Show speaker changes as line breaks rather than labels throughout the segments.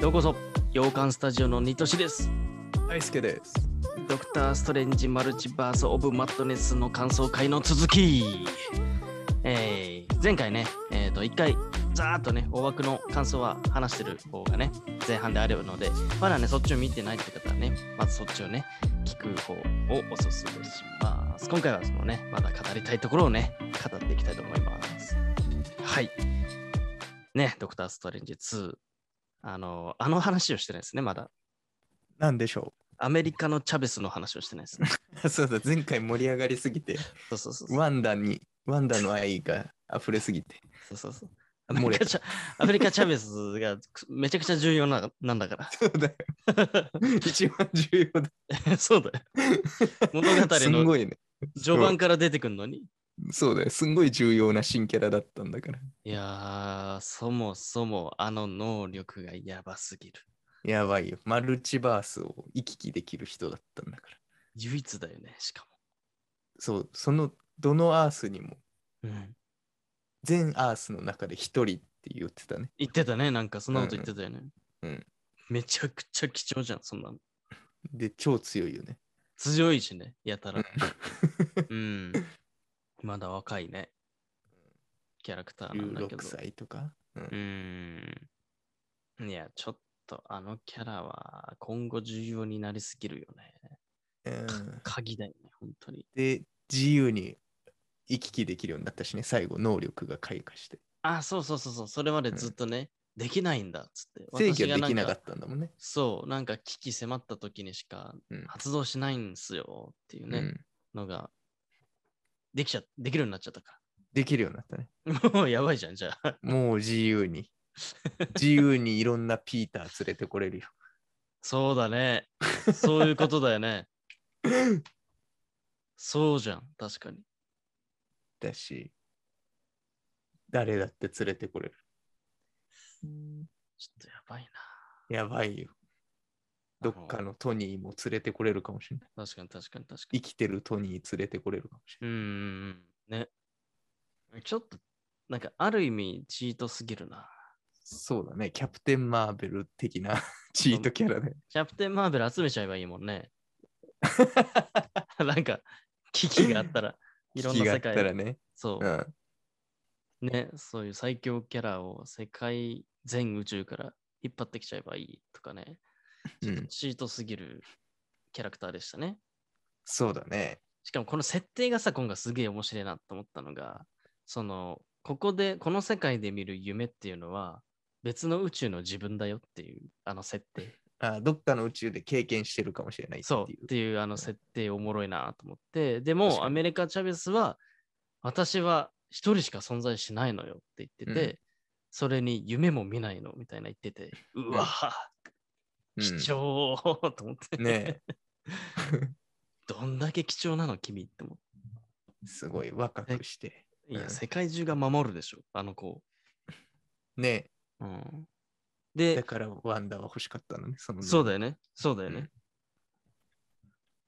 ようこそ洋館スタジオのニトシです
大輔です。
ドクターストレンジマルチバースオブマットネスの感想会の続きえー前回ね、えっ、と、一回、ざーっとね、大枠の感想は話してる方がね、前半であるので、まだね、そっちを見てないって方はね、まずそっちをね、聞く方をおすすめします。今回はそのね、まだ語りたいところをね、語っていきたいと思います。はい。ね、ドクターストレンジ2。あの、あの話をしてないですね、まだ。
なんでしょ
アメリカのチャベスの話をしてないですね。
う そうだ、前回盛り上がりすぎて、
そうそうそうそう。
ワンダに、ワンダの愛が溢れすぎて。
そうそうそう。アメ
漏
リ
れ
カチャアメリカチャベスがくめちゃくちゃ重要ななんだか
そうだよ。一番重要だ。
ら。 そうだよ。物語
すん
の
ごいね。
序盤から出てくるのに。
そうだよ。すんごい重要な新キャラだったんだから。
いやー、そもそもあの能力がやばすぎる。
やばいよ。マルチバースを行き来できる人だったんだから。
唯一だよね、しか
そう、その、どのアースにも、
も。うん。
全アースの中で一人って言ってたね。
言ってたね、なんかそんなこと言ってたよね。
うんうん
めちゃくちゃ貴重じゃん、そんなの。
で、超強いよ ね。
強いしね、やたら。うん。まだ若いね。キャラクターなんだけ
16
ど。
歳とか。うん
うーん。いや、ちょっとあのキャラは今後重要になりすぎるよね。
うん
鍵だよね、本当に。
で、自由に行き来できるようになったしね、最後、能力が開花して。
あ、そうそうそうそう、それまでずっとね、できないんだっつって。
制
私
御
が
できなんか
か
ったんだもんね。
そう、なんか危機迫った時にしか
うん
発動しないんすよっていうね、
うん
のが、できちゃ、できるようになっちゃったか
できるようになったね。
ら。 もうやばいじゃん、じゃあ。
もう自由に。 自由にいろんなピーター連れてこれるよ。
そうだね。そういうことだよ ね。そうじゃん、確かに。
だし、誰だって連れてこれる。
ちょっとやばいな。
やばいよ。どっかのトニーも連れてこれるかもしれない。
確かに確かに確か
生
に。
きてるトニー連れてこれるかもしれ
うーん。ね。ちょっと、なんかある意味チートすぎるな。
ない。そうだね。キャプテン・マーベル的な チートキャラで。
キャプテンマーベル集めちゃえばいいもんね。 なんか、危機があ ったら、 いろんな世
気があったら
界、
ね。
そうう、
ん。
ね、そういう最強キャラを世界全宇宙から引っ張ってきちゃえばいいとかね。
うん
ちょっとチートすぎるキャラクターでしたね。
そうだね。
しかもこの設定がさ、今回すげえ面白いなと思ったのが、その、ここで、この世界で見る夢っていうのは、別の宇宙の自分だよっていう、あの設定。
あどっかの宇宙で経験してるかもしれないってい。
そうう、っていうあの設定おもろいなと思って、で
確
も、
かに
アメリカ・チャベスは、私は一人しか存在しないのよって言ってて、
う
それに夢も見ないのみたいな言ってて、うわぁ、
うん
貴重と思って、
ね
どんだけ貴重なの君って思って。
え、 すごい若くして。
いや、
うん
世界中が守るでしょ、あの子を。
ね
うん、
え、
で、
だからワンダは欲しかったのね。その
そう
だ
だよね。そうだよね。
うん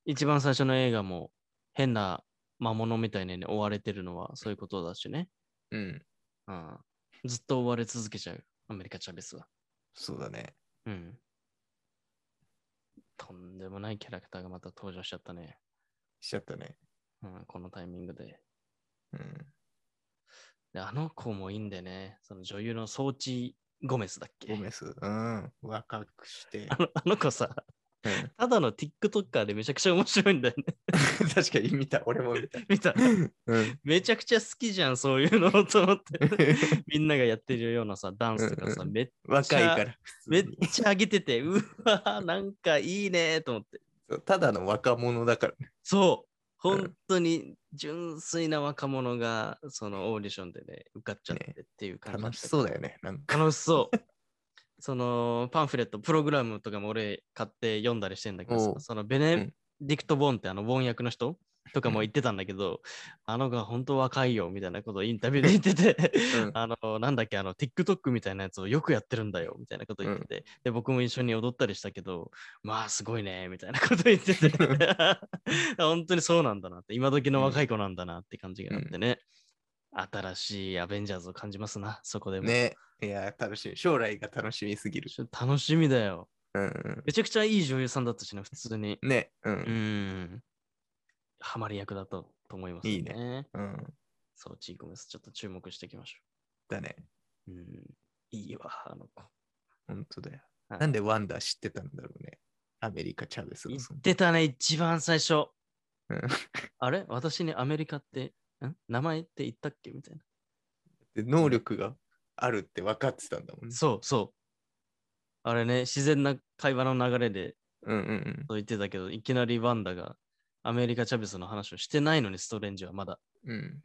一番最初の映画も変な魔物みたいに、ね、追われてるのはそういうことだしね。
うん、
うん、ずっと追われ続けちゃう、アメリカ・チャベスは。
そうだね。
うん。とんでもないキャラクターがまた登場しちゃったね。
しちゃったね。
うん、このタイミングで。
うん。
であの子もいいんでね、その女優のソーチ・ゴメスだっけ
ゴメス、うん、若くして
あ。のあの子さ、
うん、
ただの TikToker でめちゃくちゃ面白いんだよね。
確かに見た、俺も見た。
見た
うん、
めちゃくちゃ好きじゃん、そういうのと思って。 みんながやってるようなさ、ダンスとかさ、
うん
め
若いから。普
め
通
っ
に
ちゃ上げてて、うわ、なんかいいねと思って。
そうただの若者だからね。
そう、
うん
本当に純粋な若者が、そのオーディションでね、受かっちゃってっていう感じだっ
楽
た
しそうだよね。なんか。
楽しそう。そのパンフレット、プログラムとかも俺買って読んだりしてんだけどさ
お、う
そのベネ
ん
ディクト・ボーンってあの、ボン役の人とかも言ってたんだけど、あの子は本当若いよみたいなことをインタビューで言ってて、
うん
あの、なんだっけ、あの、TikTok みたいなやつをよくやってるんだよ、みたいなこと言ってて、で、僕も一緒に踊ったりしたけど、まあ、すごいね、みたいなこと言ってて、 本当にそうなんだなって、今時の若い子なんだなって感じがあってね、新しいアベンジャーズを感じますな、そこでも。
ね。いや、楽しみ。将来が楽しみすぎる。
ちょっと楽しみだよ。
うんう
めちゃくちゃいい女優さんだったしね、普通に。
ん。ね。う。
うんん。ハマり役だったと思います、
いいうん。
そう、チークムス、ちょっと注目していきましょ
だね。
う。うん。いいわ、あの子。
本当だよ。
はい
なんでワンダー知ってたんだろうね。アメリカ・チャベス
言
の
っ
その
てたね、一番最初
うん。
あれ私にアメリカって、ん名前って言ったっけみたい
で能力があるって分かってたんだもん
な。
ね。
そうそう。あれね、自然な会話の流れで
うんうんうん
そう言ってたけど、いきなりワンダがアメリカ・チャベスの話をしてないのに、ストレンジはまだ。
うん。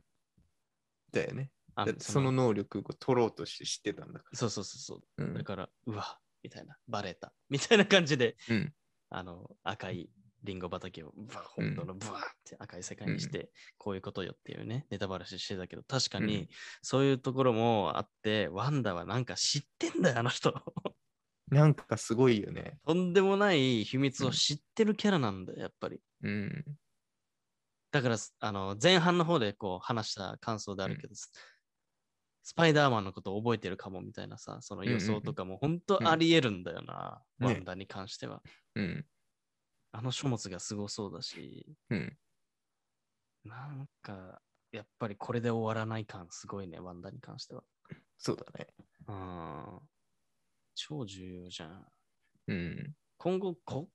だよね。
あ
だってその能力を取ろうとして知ってたんだか
そうそうそうそう。
ら。うん
だから、うわ、みたいな、バレた、みたいな感じで、
うん
あの、赤いリンゴ畑を、ブワ
うん
本当のブワーって赤い世界にして、こういうことよっていうね、ネタバラシしてたけど、確か
うん
に、そういうところもあって、ワンダはなんか知ってんだよ、あの人。
なんかすごいよね。
とんでもない秘密を知ってるキャラなんだよ、やっぱり。
うん。
だから、あの、前半の方でこう話した感想であるけど、ススパイダーマンのことを覚えてるかもみたいなさ、その予想とかも本当あり得るんだよな、
うんね
ワンダに関しては。
うん。
あの書物がすごそうだし、
うん。
なんか、やっぱりこれで終わらない感すごいね、ワンダに関しては。
そうだね。
うん。超重要じゃん。
うん。
今後、こ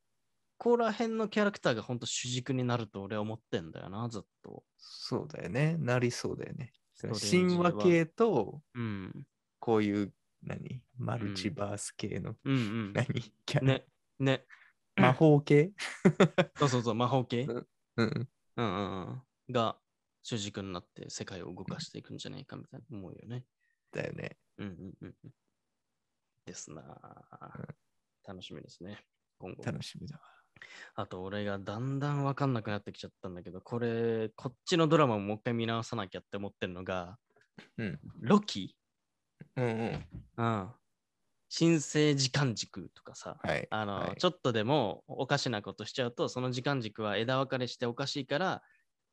こら辺のキャラクターが本当主軸になると俺は思ってんだよな、ずっと。
そうだよね。なりそうだよね。
ストレンジ
神
は
話。系と、
うん。
こういう、何マルチバース系の、
うん
何キャ
うん。
ラ、
ね、ね。
魔法系
そうそうそう、魔法系。うん
んうん。
うんうん。が主軸になって世界を動かしていくんじゃないかみたいな思うよね。
だよね。
うんうんうんうん。ですなあ、
うん
楽しみですね。今後。
楽しみだわ。
あと、俺がだんだんわかんなくなってきちゃったんだけど、これ、こっちのドラマももう一回見直さなきゃって思ってるのが、
うん。
ロキ
うんうん。
うん。新生時間軸とかさ、
はい。
あの、
はい
ちょっとでもおかしなことしちゃうと、その時間軸は枝分かれしておかしいから、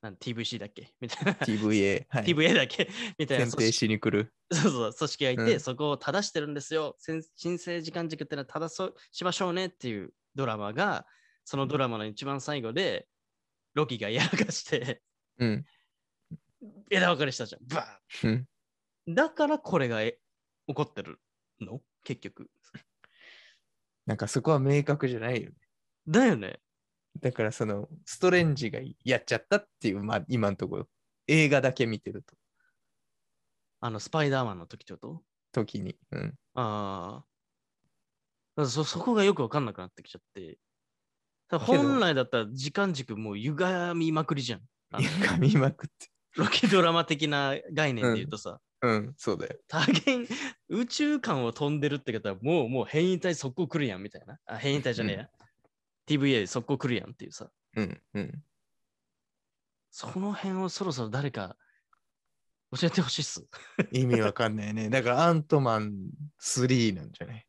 なん TVC だっけみたいな。
TVA。はい。
TVA だっけみたいな。
選定しに来る。
そうそう、組織がいて、
うん
そこを正してるんですよ。先申請時間軸ってのは正そうしましょうねっていうドラマが、そのドラマの一番最後で、ロキがやらかして、
うん。
枝分かれしたじゃん。バ
うん。
ーンだからこれがえ起こってるの結局。
なんかそこは明確じゃないよね。
だよね。
だからその、ストレンジがやっちゃったっていう、まあ今のところ、映画だけ見てると、
あの、スパイダーマンの時ってこと
時に。うん。
ああ。だからそ、そこがよくわかんなくなってきちゃって。だから
けど
本来だったら時間軸もう歪みまくりじゃん。あの
噛みまくって。
ロキドラマ的な概念で言うとさ。
うん、そうだよ。
多元宇宙間を飛んでるって方はもうもう変異体速攻来るやんみたいな。あ変異体じゃねえや。TVA 速攻来るやんっていうさ。
うん、うん。
その辺をそろそろ誰か教えてほしいっす。
意味わかんないね。だからアントマン3なんじゃない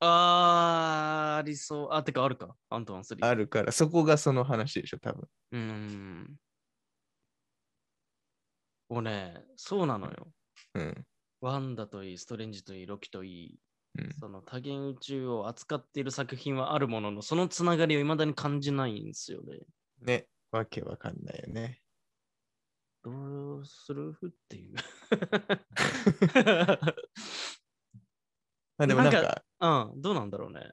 あー、ありそう。あ、てかあるか。アントマン3。
あるから、そこがその話でしょ、多分。
うーん。もうね、そうなのよ。
うん。
ワンダといい、ストレンジといい、ロキといい、
うん、
その多元宇宙を扱っている作品はあるものの、そのつながりを未だに感じないんですよね。
ね。わけわかんないよね。
どうするって いう。
まあでもなんか、
なんうん、どうなんだろうね。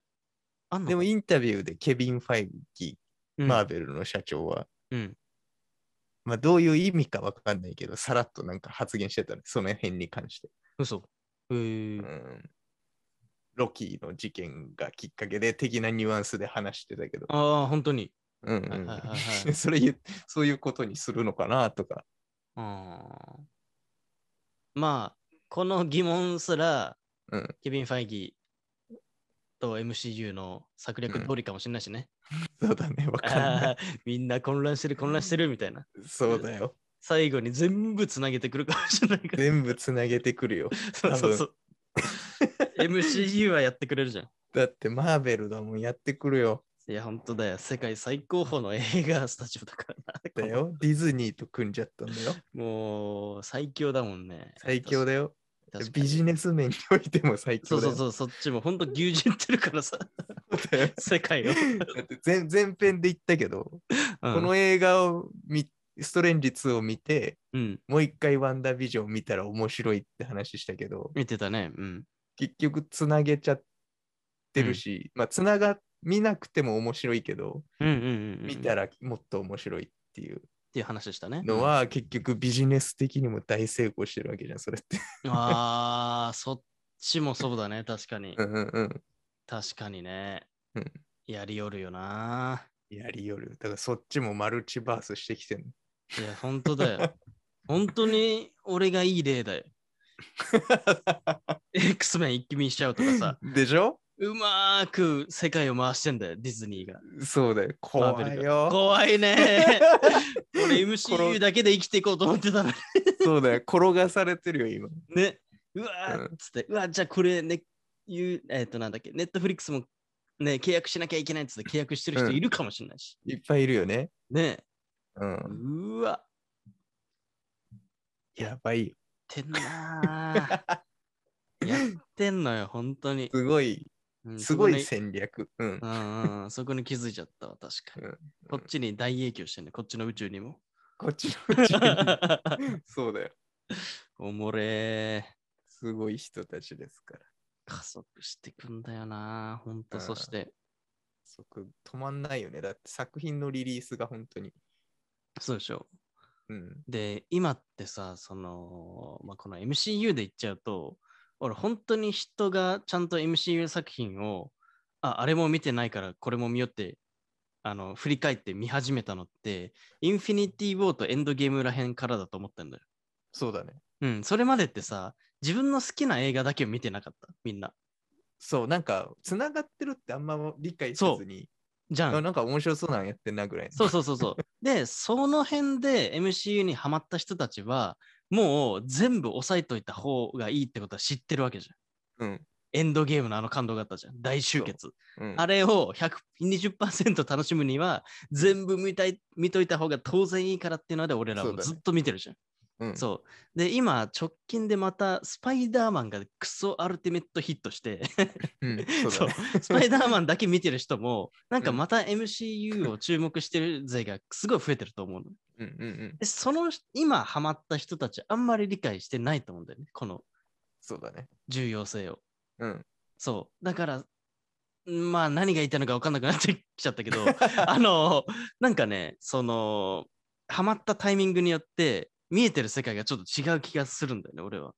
あんの
でもインタビューでケビン・ファイギ
う
ー、
ん
マーベルの社長は、
うん。
まあどういう意味かわかんないけど、さらっとなんか発言してたね、その辺に関して。
嘘。えー
うんロキの事件がきっかけで的なニュアンスで話してたけど、
ああ、本当に。
うんうん
はいはいはいはい
それ言うそういうことにするのかなとか、
あーまあ、この疑問すら、
うん
ケビン・ファイギーと MCU の策略通りかもしれないしね。
そうだね、わかんない。
あーみんな混乱してる、混乱してるみたいな。
そうだよ。
最後に全部つなげてくるかもしれないから。
全部つなげてくるよ。
そうそうそう。MCU はやってくれるじゃん。
だってマーベルだもん、やってくるよ。
いや、本当だよ。世界最高峰の映画スタジオだからな
だ。よ。ディズニーと組んじゃったんだよ。
もう、最強だもんね。
最強だよ。
確かに
ビジネス面においても最
そう
強だ
そ
よ。
うそう、そっちも本当牛耳ってるからさ、
そうだよ
世界を。
だって前前編で言ったけど、
うん
この映画を見ストレンジ2を見て、
うん、
もう一回ワンダービジョン見たら面白いって話したけど、
見てたね。うん。
結局つなげちゃってるし、まあつなが見なくても面白いけど、
うんうんうんうん。
見
った
らもっと面白いっていう
ていう話でしたね。
のは、結局ビジネス的にも大成功してるわけじゃん、それって。
うんああ、そっちもそうだね。確かに
う。んうんうん。
確かにね
うん。
やりよるよな。
やりよる。だからそっちもマルチバースしてきてる。
いや、本当だよ。本当に俺がいい例だ よ。X メン一気見しちゃうとかさ、
でしょ
うまーく世界を回してんだよ、ディズニーが。
そうだよ。
マー
怖
ベ
い
ルが
よ。
怖い ね。俺
転
MCU だけで生きていこうと思ってたのに。
そうだよ。転がされてるよ、今。
ね。うわー
う
っつって、うわ、じゃあこれね、いうえっ、となんだっけ、ネットフリックスもね、契約しなきゃいけないっつって契約してる人
うん
いるかもしれないし。
いっぱいいるよね。
ね。
うん。
うわ、っ
やばいよ。
てんな ーやってんのよ、本当に。
すごい、
うん
すごい
そこ
戦略。うん
に。うんうんうん、そこに気づいちゃったわ、確かに。
うん
こっちに大影響してんね、こっちの宇宙に も。
こっちの宇宙に そうだよ。
おもれー。
すごい人たちですから。
加速してくんだよなー、ほん
う
と。
ん
そして、
そこ止まんないよね。だって作品のリリースが本当に。
そうでしょ。
うん。
で、今ってさ、その、まあ、この MCU で言っちゃうと、俺、本当に人がちゃんと MCU 作品を、あ、あれも見てないから、これも見よって、あの、振り返って見始めたのって、インフィニティ・ウォーとエンドゲームらへんからだと思ったんだよ。
そうだね。
うん、それまでってさ、自分の好きな映画だけを見てなかった、みんな。
そう、なんか、つながってるってあんま理解せずに、
じゃん
あ。なんか面白そうなんやってんなぐらいの。
そうそうそうそう。で、その辺で MCU にハマった人たちは、もう全部押さえといた方がいいってことは知ってるわけじゃん。
うん。
エンドゲームのあの感動があったじゃん。大集結。
うん、
あれを100 120%楽しむには、全部見たい見といた方が当然いいからっていうので、俺ら
そう
も
だね
ずっと見てるじゃん。
うん、
そう。で、今、直近でまた、スパイダーマンがクソアルティメットヒット して、
うん。 そ
そうう
だね。
スパイダーマンだけ見てる人も、なんか
うん
また MCU を注目してる勢がすごい増えてると思うの。
うんうんうん。
で、その今ハマった人たち、あんまり理解してないと思うんだよね、この
そうだね。
重要性を。
うん。
そう。だから、まあ何が言いたいのか分かんなくなってきちゃったけ ど、あの、なんかね、その、ハマったタイミングによって、見えてる世界がちょっと違う気がするんだよね、俺は。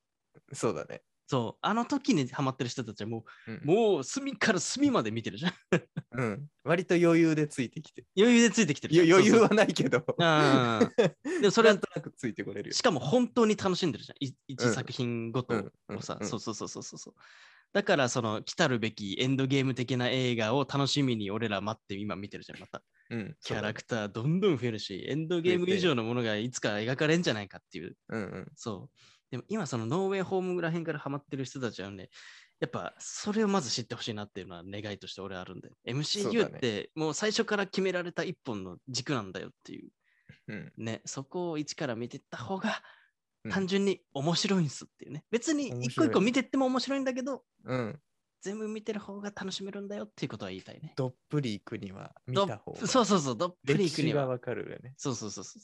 そうだね。
そう。あの時にハマってる人たちはも
うん
う、もう隅から隅まで見てるじゃん。
うん、割と余裕でついてきて。
余裕でついてきてるじゃん。
よ余裕
そう
は ないけど。
そううん。でもそれ
な
は
んとなくついてこれるよ
し。かも本当に楽しんでるじゃん。い一
うん
作品ごと
うん
をさ、
うん
そうそうそうそうそうそう。だからその来たるべきエンドゲーム的な映画を楽しみに俺ら待って今見てるじゃん。また
うん、
キャラクターどんどん増えるし、エンドゲーム以上のものがいつか描かれんじゃないかっていう。
ター。うんうん、
そう。でも今そのノーウェイホームらへんからハマってる人たちはね、やっぱそれをまず知ってほしいなっていうのは願いとして俺あるんで。
そうだ
MCU
ね
ってもう最初から決められた一本の軸なんだよっていう。
うん。
ね、そこを一から見てった方が
うん
単純に面白いんすっていうね。別に
面
一
白
個
い
一個見てっても面白いんだけど、
うん。
全部見てる方が楽しめるんだよっていうことは言いたいね。
どっぷり行くには見
ど
た方が。
そうそうそう、どっぷり
歴
行くに
史が
は。
わかるよね。
そうそうそうそう。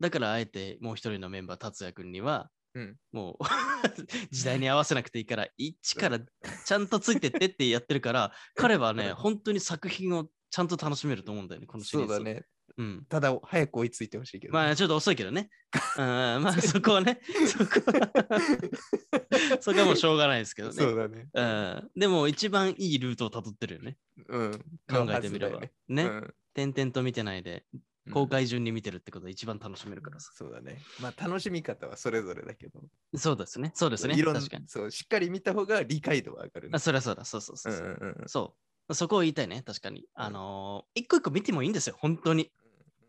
だからあえてもう一人のメンバー、達也君には、
うん
もう 時代に合わせなくていいから、一からちゃんとついてってってやってるから、彼は ね、本当に作品をちゃんと楽しめると思うんだよね、このシリ
そ
ー
う
ズ。
だ。ね。
うん。
ただ、早く追いついてほしいけど、
まあちょっと遅いけど ね。うん、まあそこはね、そこはそこはもうしょうがない ですけどね。
そうだね。
うん、でも一番いいルートをたどってるよね。
うん。
考えてみれば。
のはず
ね
だよね。
点々と見てないで、
うん
公開順に見てるってことは一番楽しめるからさ。
そうだね。まあ、楽しみ方はそれぞれだけど。
そうですね。そうですね。
いろん
確かに。
そう、しっかり見た方が理解度は上がるね
あ、。そりゃそうだ。そうそう
う
そ
ん
う
う
そ
ん
う。
うん。
そうそこを言いたいね。確かに。あのー一個一個見てもいいんですよ。本当に。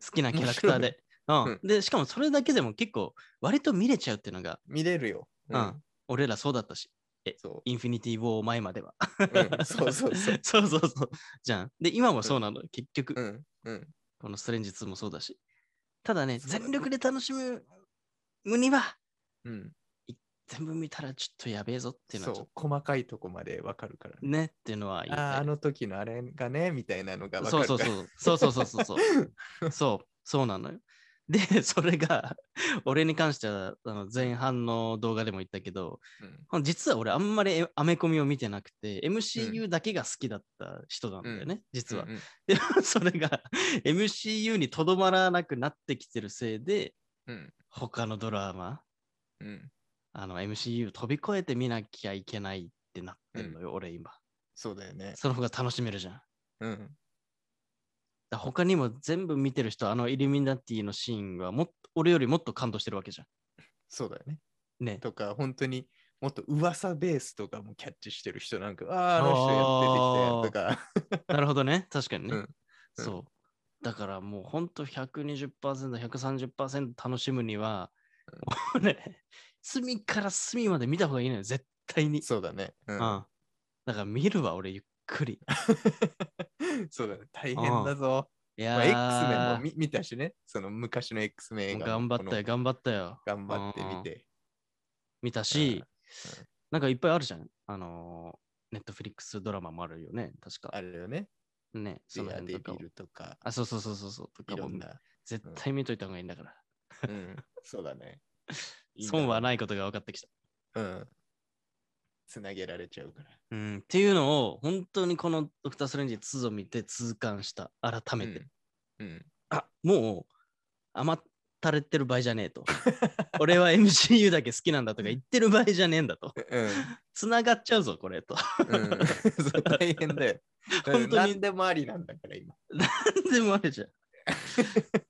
好きなキャラクターで。
白いね
うん、でしかもそれだけでも結構割と見れちゃうっていうのが
見れるよ。
うん俺らそうだったしえ
そ
インフィニティ・ウォー前までは。
う。うんそうそうそ う。
そうそうそう。じゃん。で、今もそうなの。結局、
うん。うん。
このストレンジ2もそうだし。ただね、
そうだね
全力で楽しむには、
うん。
全部見たらちょっとやべえぞっていうのはち
そ
ょっ
う。細かいとこまでわかるから
と
ね。
ねっていうのは言い
ああ、
た
あ
い
の時のあれがね、みたいなのがわか
そう
るか
そう
ら。
そう。そうそうそうそうそ う。そう、そうなのよ。で、それが、俺に関してはあの前半の動画でも言ったけど、
うん
実は俺あんまりアメコミを見てなくて、MCU だけが好きだった人なんだよね、実は。
うんうん
でも それが MCU にとどまらなくなってきてるせいで、
うん
他のドラマ、
うん。
あの MCU 飛び越えて見なきゃいけないってなってるのよ、俺今。
そうだよね。
その方が楽しめるじゃん。だか
うん。
ら他にも全部見てる人、あのイルミナティのシーンはもっと俺よりもっと感動してるわけじゃ
そうだよね。
ん。ね。
とか、本当にもっと噂ベースとかもキャッチしてる人なんか、ああ、あの人やっててき
なるほどね。確かにね。
うんうん
そう。だからもうほんと120%、130%楽しむには、もうね、隅から隅まで見た方がいいのよ、絶対に
た。。そうだね。うん
うん。だから見るわ、俺、ゆっく り。
そうだね。大変だぞ。
い
ま
や
あ、
ー、
X メンも見見たしね。その昔の X メン映
もう
画
頑
も
張ったよ、
こ
頑張ったよ。
の頑張ってみて。
見たし、
うんうん
なんかいっぱいあるじゃん。あのー、ネットフリックスドラマもあるよね、確か
あ。れよね。
ね、そ
デ
の
ア
辺
デ
とか
ビ
も。
ルとか、
あ、そうそうそうそうそう。と
い
か
ろ
も
んな。
絶対見といた方がいいんだから。
うん。そうだね。。
損はいないことが分かってきた。
うん。つなげられちゃうから。
うん、っていうのを本当にこのドクター・ストレンジ2を見て痛感した改めて、
うん。うん。
あもう余ったれてる場合じゃねえ と俺は MCU だけ好きなんだとか言ってる場合じゃねえんだとつながっちゃうぞこれと
うん。うん、そう大変だよ。
本当に
何でもありなんだから今。
でもあれじ ゃん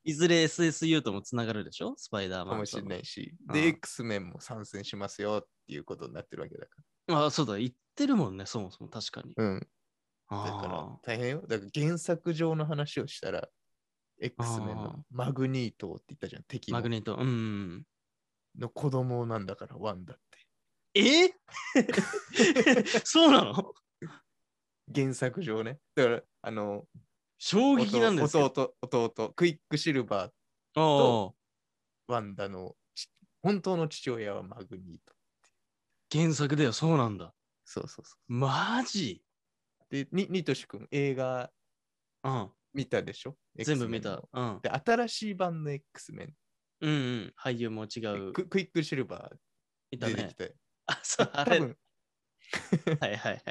いずれ SSU ともつながるでしょスパイダーマン
かもし
と
れないし。
うん
で、X メンも参戦しますよっていうことになってるわけだか
あそうだ言ってるもんねそもそも確かに
ら。うん。
だ
だから大変よ。だから原作上の話をしたら、X メン
あー
のマグニートって言ったじゃん、敵
マ
の
グネットうん
の子供なんだから、ワンダっ
えそうなの
て。原作上ね。だから、あの、
衝撃なんですよ
弟、弟、弟クイックシルバー、
ああ
ワンダのち本当の父親はマグニート。
原作だよ、そうなんだ。
そうそうそ
マジ
う。で、に、にとし君、映画
うん。
見たでしょ
全部見。
X-Men
た
の。
うん。
で、新しい版の X メ
うんうん。俳優も違
ン
う。
ク、クイックシルバ
い
ー
た
出てき
ね。
たよ。
あ、そう、あれ。
多
はい
分、
はいはい。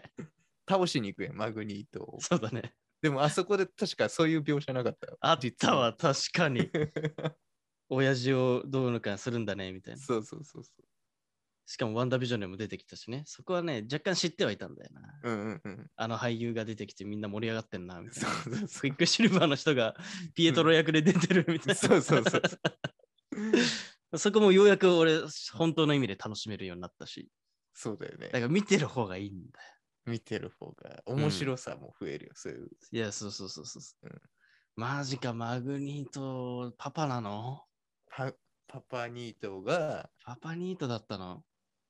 倒しに行くやん、マグニー トを。
そうだね。
でもあそこで確かそういう描写なかったよ。
あったわ、確か に。
実は。
親父をどうのかするんだね、みたいな。
そうそうそうそ
しかもワンダービジョンでも出てきたしね。そこはね、若干知ってはいたんだよな。
う。うんうんうん。
あの俳優が出てきてみんな盛り上がってんな、みたい
そ
な。
うそ
ク
うそ
イックシルバーの人がピエトロ役で出てるみたいな。
そうそうそう
そこもようやく俺、本当の意味で楽しめるようになったし。
う。そうだよね
だ。から見てる方がいいんだよ。
見てる方が面白さも増えるよ。そういう。
いや、そうそうそうそうそう、
うん
マジか、マグニート、パパなの
パパパニートが
パパニートだったの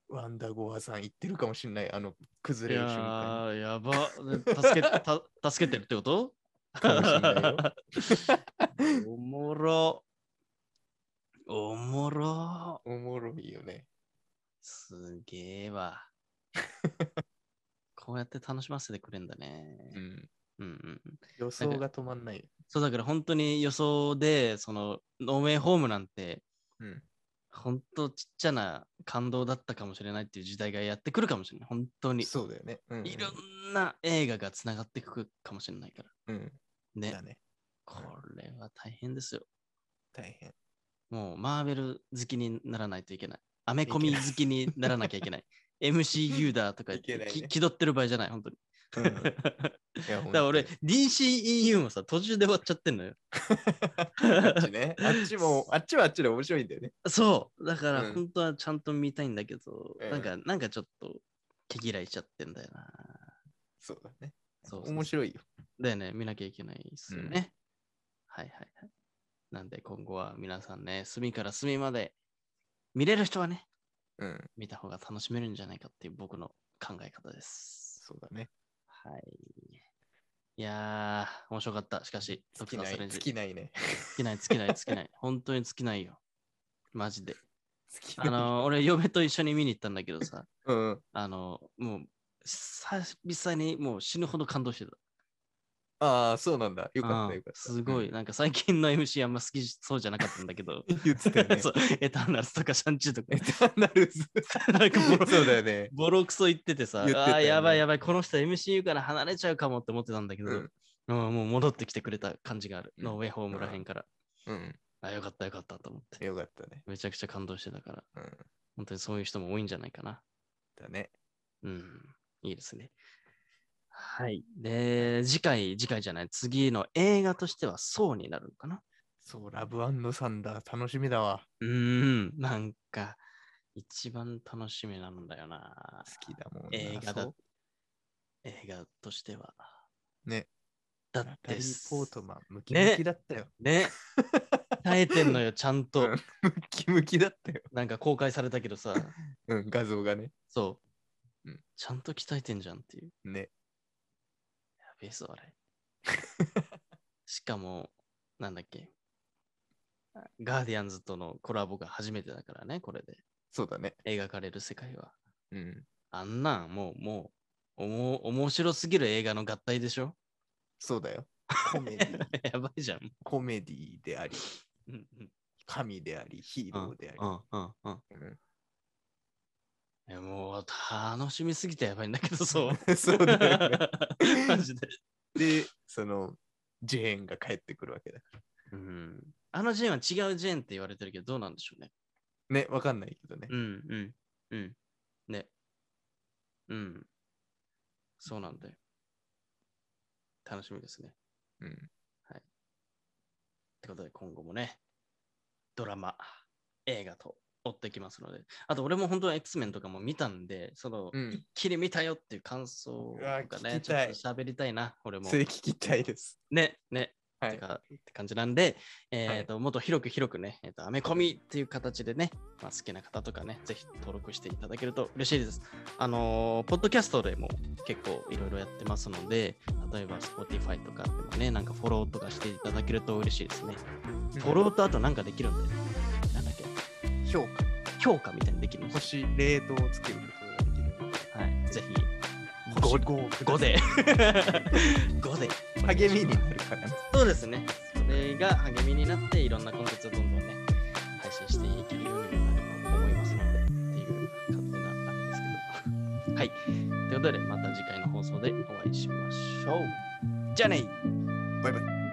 ワンダゴアさん言ってるかもしれない。あの、
い
崩れ
や
る瞬間
ー、
に。
やば。 助けた助けてるってこと
かもしんない よ
おもろ。おもろ。
おもろいよね。
すげえ わ。こうやって楽しませてくれんだね。
うん。
うんうんうん。
予想が止まんないよ。
そうだから本当に予想で、その、ノーウェイホームなんて、
うん。
本当ちっちゃな感動だったかもしれないっていう時代がやってくるかもしれない。本当に。
そうだよね。うんうん。
いろんな映画がつながってくるかもしれないから。
うん。
ね
だ。ね。
これは大変ですよ。
大変。
もうマーベル好きにならないといけない。アメコミ好きにならなきゃいけない。MCU だとか言っ
い
て
けないね
き気取ってる場合じゃない、本当に。
うん
だか
いや、ほん
ら
と
俺、DCEU もさ、途中で終わっちゃってんのよ。
あっちね。あっちも、あっちはあっちで面白いんだよね。
そう。だから
うん
本当はちゃんと見たいんだけど、
うん
なんか、なんかちょっと毛嫌いしちゃってんだよな。
そうだね。
そうそうそう
面白いよ。
だよね、見なきゃいけないですよね。
うん
はいはいはい。なんで今後は皆さんね、隅から隅まで見れる人はね、
うん。
見た方が楽しめるんじゃないかっていう僕の考え方です。
そうだね。
はい。いやー、面白かった。しかし、
尽きな
時のストレ
い。
ンジ
尽きないね。
尽きない、尽きない、尽き ない。本当に尽きないよ。マジで。
尽きない。
あのー、俺、嫁と一緒に見に行ったんだけどさ、
うんうん。
あのー、もう、久々にもう死ぬほど感動してた。
ああ、そうなんだ。よかっ
う
た
ん
よかった。
すごい、なんか最近の MC あんま好きそうじゃなかったんだけ ど、
うん。言ってたよね
そ。うエターナルスとかシャンチーと
エターナルズ。
か、なんかボロ
そうだよね。
ボロクソ言っててさ、
言ってたよね
ああ、やばいやばい、この人 MCU から離れちゃうかもって思ってたんだけど、
うん
うんもう戻ってきてくれた感じがある。
うん
ノーウェイホームらへんから。
うん。
あ、よかったよかったと思って。
よかったね。
めちゃくちゃ感動してたから、
うん。
本当にそういう人も多いんじゃないかな。
だね。
うん、いいですね。はい。で、次回、次回じゃない、次の映画としては、そうになるのかな。
そう、ラブサンダー楽しみだわ。
うーん、なんか、一番楽しみなんだよな
好。きだもんな。
映画だ
そう。
映画としては。
ね。
だっ
ナタ
て
リー・
す、
ポートマン、ムキムキだったよ。
ね。耐えてんのよ、ちゃんと
うん。ムキムキだったよ。
なんか公開されたけどさ、
うん、画像がね。
そう
うん。
ちゃんと鍛えてんじゃんっていう。
ね。
やべえぞ、あれ。しかも、なんだっけ。ガーディアンズとのコラボが初めてだからね、これで。
そうだね。
描かれる世界は。
うん。
あんなん、もう、もう、おも面白すぎる映画の合体でしょ
そうだよ。コメディ、
やばいじゃん。
コメディであり、
うんうん
神であり、ヒーローであり。
うんうんうん
うん
いやもう楽しみすぎてやばいんだけど、そう。
そうだよね。
マジで。
で、その、ジェーンが帰ってくるわけだ。
うん、あのジェーンは違うジェーンって言われてるけど、どうなんでしょうね。
ね、わかんないけどね。
うんうんうん。ね。うん。そうなんだよ。楽しみですね。っ
うん。
てことで、今後もね、ドラマ、映画と追っていきますので。あと、俺も本当は X メンとかも見たんで、その、
うん
一気に見たよっていう感想
うわ
とか
聞
ね、
き
ちょ
た
っ
い
と喋りたいな、俺も
そ。れ聞きたいです。
ね、ね、
は
て
い。
かって感じなんで、えーともっと広く広くね、えー、とアメコミっていう形でね、まあ、好きな方とかね、ぜひ登録していただけると嬉しいです。あのーポッドキャストでも結構いろいろやってますので、例えば Spotify とかでもね、なんかフォローとかしていただけると嬉しいですね。フォローとあとなんかできるんで、なんだっけ、
ー評価。
評価みたいにできるんです。
星レートをつけることができる。
はい、ぜひ
五
星
五
5で、5で
励みになるからね。
そうですね。それが励みになって、いろんなコンテンツをどんどんね、配信していけるようになると思いますので、っていう勝手なあれですけど。はい。ということで、また次回の放送でお会いしましょう。じゃあね
バイバイ。